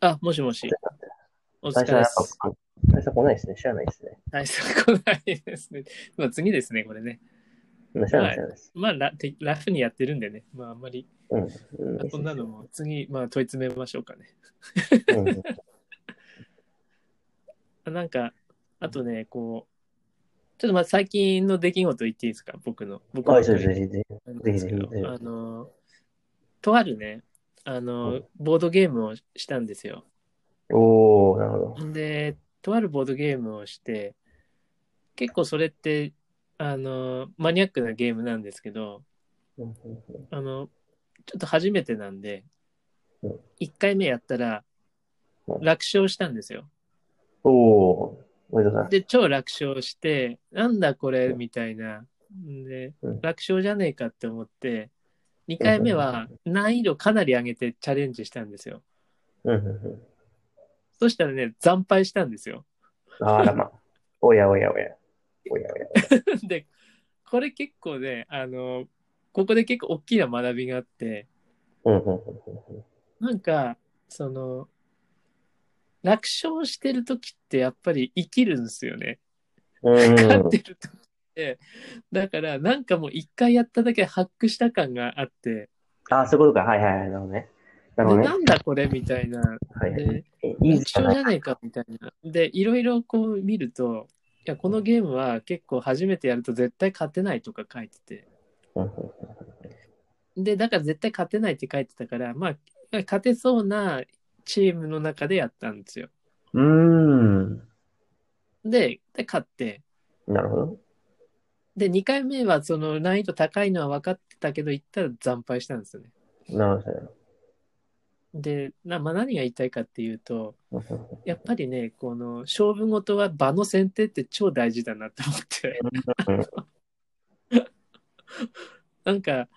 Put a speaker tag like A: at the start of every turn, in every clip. A: あ、もしもし。お疲
B: 最
A: れ
B: 初
A: で
B: はやっぱ
A: す。、
B: 最初来ないですね。知らないですね。
A: 大したこないですね。まあ次ですね、これね。
B: うん知らない、知らないです。
A: まあラてラフにやってるんでね。まああんまり、
B: うん
A: まあこんなの。も次、まあ問い詰めましょうかね。
B: うんうん
A: あなんか、あとね、こう、ちょっとまあ最近の出来事言っていいですか僕の。僕の
B: はい、そうですぜひぜひ
A: なんですけど
B: ぜひぜひ
A: あの、とあるね、あ
B: う
A: の
B: ん、
A: ボードゲームをしたんですよ。
B: おー、なるほど。
A: で、とあるボードゲームをして、結構それって、あの、マニアックなゲームなんですけど、
B: うん
A: あの、ちょっと初めてなんで
B: うん、
A: 1回目やったら
B: う、ん
A: 楽勝したんですよ。
B: おー、おめでとうございます。
A: で、超楽勝して、なんだこれみたいな。んで
B: うん、
A: 楽勝じゃねえかって思って、2回目は難易度かなり上げてチャレンジしたんですよ。
B: うんうんうん
A: そしたらね、惨敗したんですよ。
B: あらま。おやおやおや。おやおや。
A: で、これ結構ね、あの、ここで結構大きな学びがあって、
B: うんうんうん
A: なんか、その、楽勝してる時ってやっぱり生きるんですよね。
B: うんうん。
A: 勝ってる時って。だから、なんかもう一回やっただけ発掘した感があって、
B: あ、そういうことか。はいはいはい。なるほどね。な
A: で
B: るほどね
A: な。んだこれみたいな。
B: はいはい。
A: で、
B: いい
A: 楽
B: じゃ
A: 勝
B: ない。
A: じゃないかみたいな。で、いろいろこう見ると、いや、このゲームは結構初めてやると絶対勝てないとか書いてて。
B: うんうん
A: で、だから絶対勝てないって書いてたから、まあ、勝てそうなチームの中でやったんですよ。
B: うーん。
A: で、で勝って、
B: なるほど。
A: で、2回目はその難易度高いのは分かってたけど、行ったら惨敗したんですよね。
B: なるほどね
A: で、なまあ、何が言いたいかっていうと、
B: うんうんうん。
A: やっぱりね、この勝負事は場の選定って超大事だなと思って
B: うん。
A: なんか、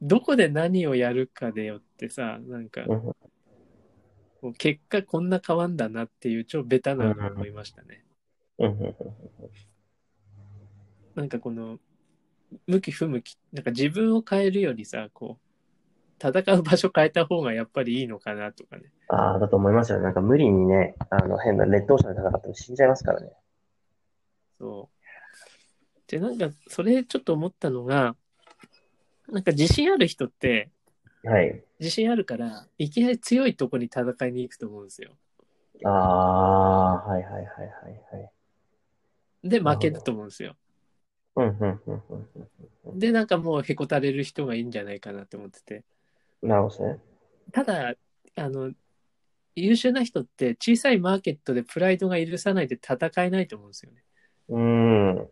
A: どこで何をやるかでよってさ、なんか、
B: うん
A: こう結果こんな変わんだなっていう超ベタなのを思いましたね。
B: うんうんうん
A: なんかこの、向き不向き、なんか自分を変えるよりさ、こう、戦う場所変えた方がやっぱりいいのかなとかね。
B: ああ、だと思いますよ。なんか無理にね、あの、変な劣等者じゃなかったら死んじゃいますからね。
A: そう。で、なんか、それちょっと思ったのが、なんか自信ある人って、
B: はい。
A: 自信あるから、いきなり強いとこに戦いに行くと思うんですよ。
B: ああ、はいはいはいはいはい。
A: で、負けると思うんですよ。
B: うんうんうんうん
A: で、なんかもうへこたれる人がいいんじゃないかなって思ってて。
B: うん。なるほどですね。
A: ただ、あの、優秀な人って小さいマーケットでプライドが許さないで戦えないと思うんですよね。
B: うーん。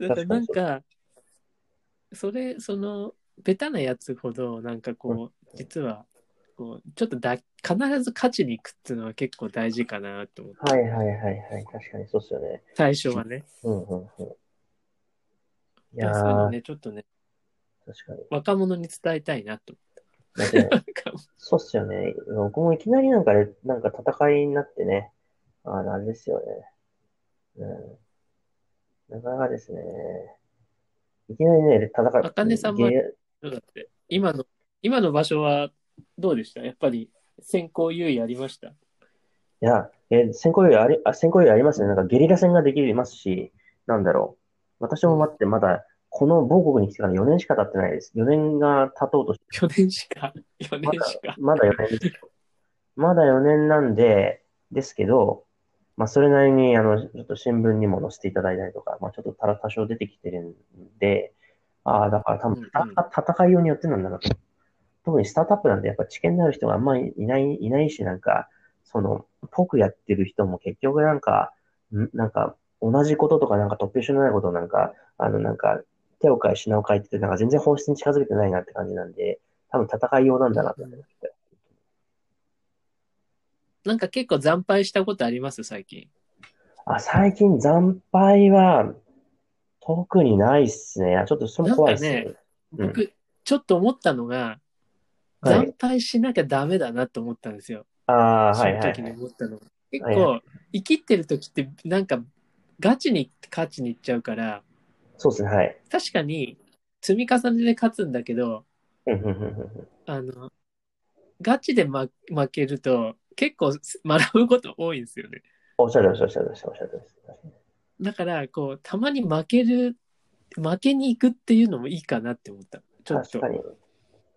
A: だから
B: 確
A: な
B: か
A: ん
B: にそう
A: か、それ、その、ベタなやつほど、なんかこう、実は、こう、ちょっとだ、必ず勝ちに行くっていうのは結構大事かなと思って、
B: はいはいはいはい。確かにそうっすよね。
A: 最初はね。
B: うんうんうん。い
A: そういう
B: や
A: の
B: ー、
A: ね、ちょっとね、
B: 確かに。
A: 若者に伝えたいなと。
B: だってね
A: なんか、
B: そうっすよね。 僕もいきなりなんかね、なんか戦いになってね、あの、あれですよね。うん。なかなかですね。いきなりね、戦い。
A: 茜さんも
B: ゲー
A: どうだって、今の、今の場所はどうでしたやっぱり、先行優位ありました
B: いや、えー先行よりあり、あ、先行よりありますね。なんかゲリラ戦ができますし、なんだろう。私も待って、まだ、この母国に来てから4年しか経ってないです。4年が経とうとして、
A: ?4 年しか、4
B: ま
A: 年
B: だ
A: しか、。
B: まだ4年です。まだ4年なんで、ですけど、まあ、それなりに、あの、ちょっと新聞にも載せていただいたりとか、まあ、ちょっとたら多少出てきてるんで、ああ、だから多分、
A: うんうん
B: 戦戦いようによってなんだなと。特にスタートアップなんで、やっぱ知見のある人があんまりいない、いないし、なんか、その、ぽくやってる人も結局なんか、んなんか、同じこととかなんか突拍子のないことをなんか、あの、なんか、手を変え品を変えってて、なんか全然本質に近づけてないなって感じなんで、多分戦いようなんだなと思って。
A: なんか結構惨敗したことあります最近。
B: あ、最近惨敗は、特にないっすね。あちょっとそれも怖いっす
A: なん
B: ね
A: か。
B: うん
A: 僕、ちょっと思ったのが、
B: はい
A: 惨敗しなきゃダメだなと思ったんですよ。
B: ああ、はい
A: そ
B: は
A: の
B: い
A: 時
B: は
A: に
B: い。
A: 思ったのが。結
B: はい
A: 構、生きってる時って、なんか、ガチに勝ちにいっちゃうから、
B: そうっすね、はい。
A: 確かに、積み重ねで勝つんだけど、
B: うんうんうんうんうん
A: あの、ガチで、ま、負けると、結構 学ぶこと多いんですよね。
B: おっしゃるおっしゃるおっしゃるおっしゃるおっしゃる
A: だから、こう、たまに負ける、負けに行くっていうのもいいかなって思った。ちょっと。
B: 確か
A: だか
B: に。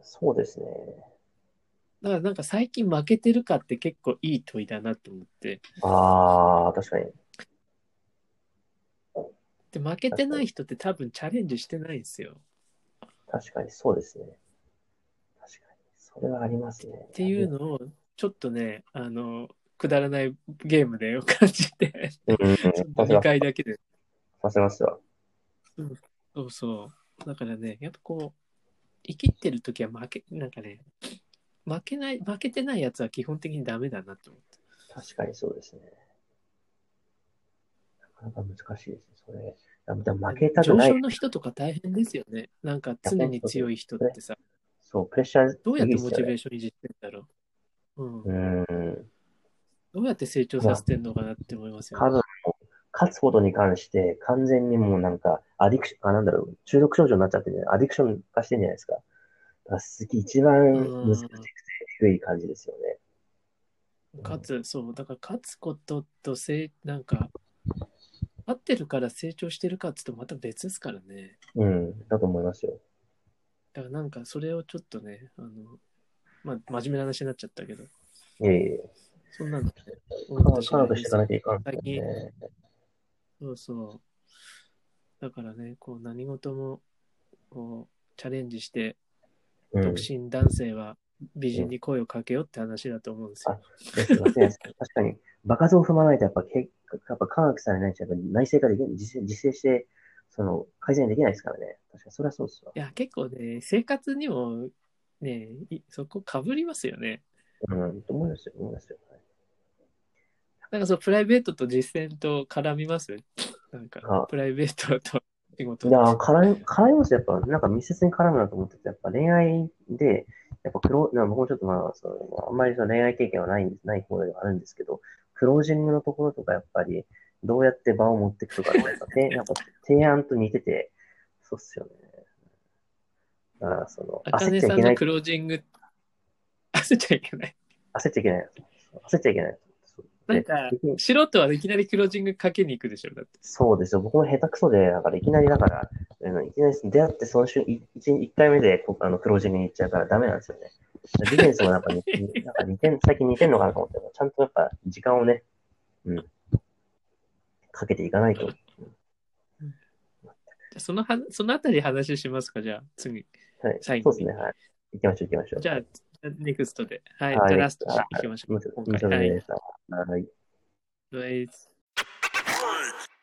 B: そうですね。
A: らなんか最近負けてるかって結構いい問いだなと思って。
B: ああ、確かに。
A: で、負けてない人って多分チャレンジしてないんですよ。
B: 確かに、そうですね。確かに。それはありますね。っ
A: っていう。のを、ちょっとね、あの、くだらないゲームで感じて、
B: うんうんう ん。さす
A: 2
B: が、
A: 回だけで。
B: さすがっすわ。
A: そうそう。だからね、やっぱこう、生きってる時は負け、なんかね、負けない、負けてないやつは基本的にダメだなと思って。
B: 確かにそうですね。なかなか難しいですね。それ。あでも負けたく
A: 上
B: ない
A: 昇。の人とか大変ですよね。なんか常に強い人ってさ、
B: そう、プレッシャー。
A: どうやってモチベ
B: ー
A: ーション維持してんだろう。うん。
B: うん。
A: どうやって成長させてんのかなって思いますよ
B: 多
A: ね。
B: 分、勝つことに関して、完全にもうなんか、アディクション、あ、なんだろう、中毒症状になっちゃってるじゃないアディクション化してんじゃないですか。だから、すげえ一番
A: うん
B: 難しくて低い感じですよね。
A: 勝つ、そう、だから勝つこととせい、なんか、勝ってるから成長してるかって言うとまた別ですからね。
B: うん、だと思いますよ。
A: だからなんかそれをちょっとね、あの、まあ、真面目な話になっちゃったけど、
B: いえいえ。
A: そんなの、
B: 科学科学していかなきゃいかんですよね。
A: そうそう。だからね、こう何事も、こう、チャレンジして、
B: うん。
A: 独身男性は美人に声をかけようって話だと思うんですよ。
B: ですよね確かに、場数を踏まないと、やっぱ、けやっぱ科学されないと、やっぱ内製化できない、自制自制して、その、改善できないですからね。確かに、それはそうですわ。
A: いや、結構ね、生活にもね、いそこかぶりますよね。
B: うん、と思いますよ、思いますよ。
A: なんかそう、プライベートと実践と絡みますなん
B: あ
A: か、プライベートと仕事
B: いや、絡み、絡みますよ。やっぱ、なんか密接に絡むなと思ってて、やっぱ恋愛で、やっぱ黒、なんか僕もちょっとまあ、その、あんまりその恋愛経験はない、ない方ではあるんですけど、クロージングのところとか、やっぱり、どうやって場を持っていくとか、なんか、 てなんか提案と似てて、そうっすよね。だから、その、
A: あか
B: 焦っ
A: ね
B: ちゃ
A: さん
B: いけな
A: の
B: い、
A: クロージング、焦っちゃいけない。
B: 焦っちゃいけない。焦っちゃいけない。そう
A: なんか
B: で
A: 素人はいきなりクロージングかけに行くでしょ、だって。
B: そうですよ。僕も下手くそで、だからいきなりだから、うんいきなり出会ってその瞬、い一一回目でこあのクロージングに行っちゃうからダメなんですよね。ビジネスもなんか似なんか似てん、最近似てんのかなと思って、ちゃんとやっぱ時間をね、うん、かけていかないと。
A: じゃあそのは、そのあたり話しますか、じゃあ、次。
B: はい。
A: 最
B: そ
A: 後
B: うですね。はい。行きましょう、行きましょう。
A: じゃあ、ネクストで。はい、
B: はい
A: じゃあラスト行きましょう。
B: もうちょっと、もうちょっと
A: はい
B: ね、さんはい。
A: はい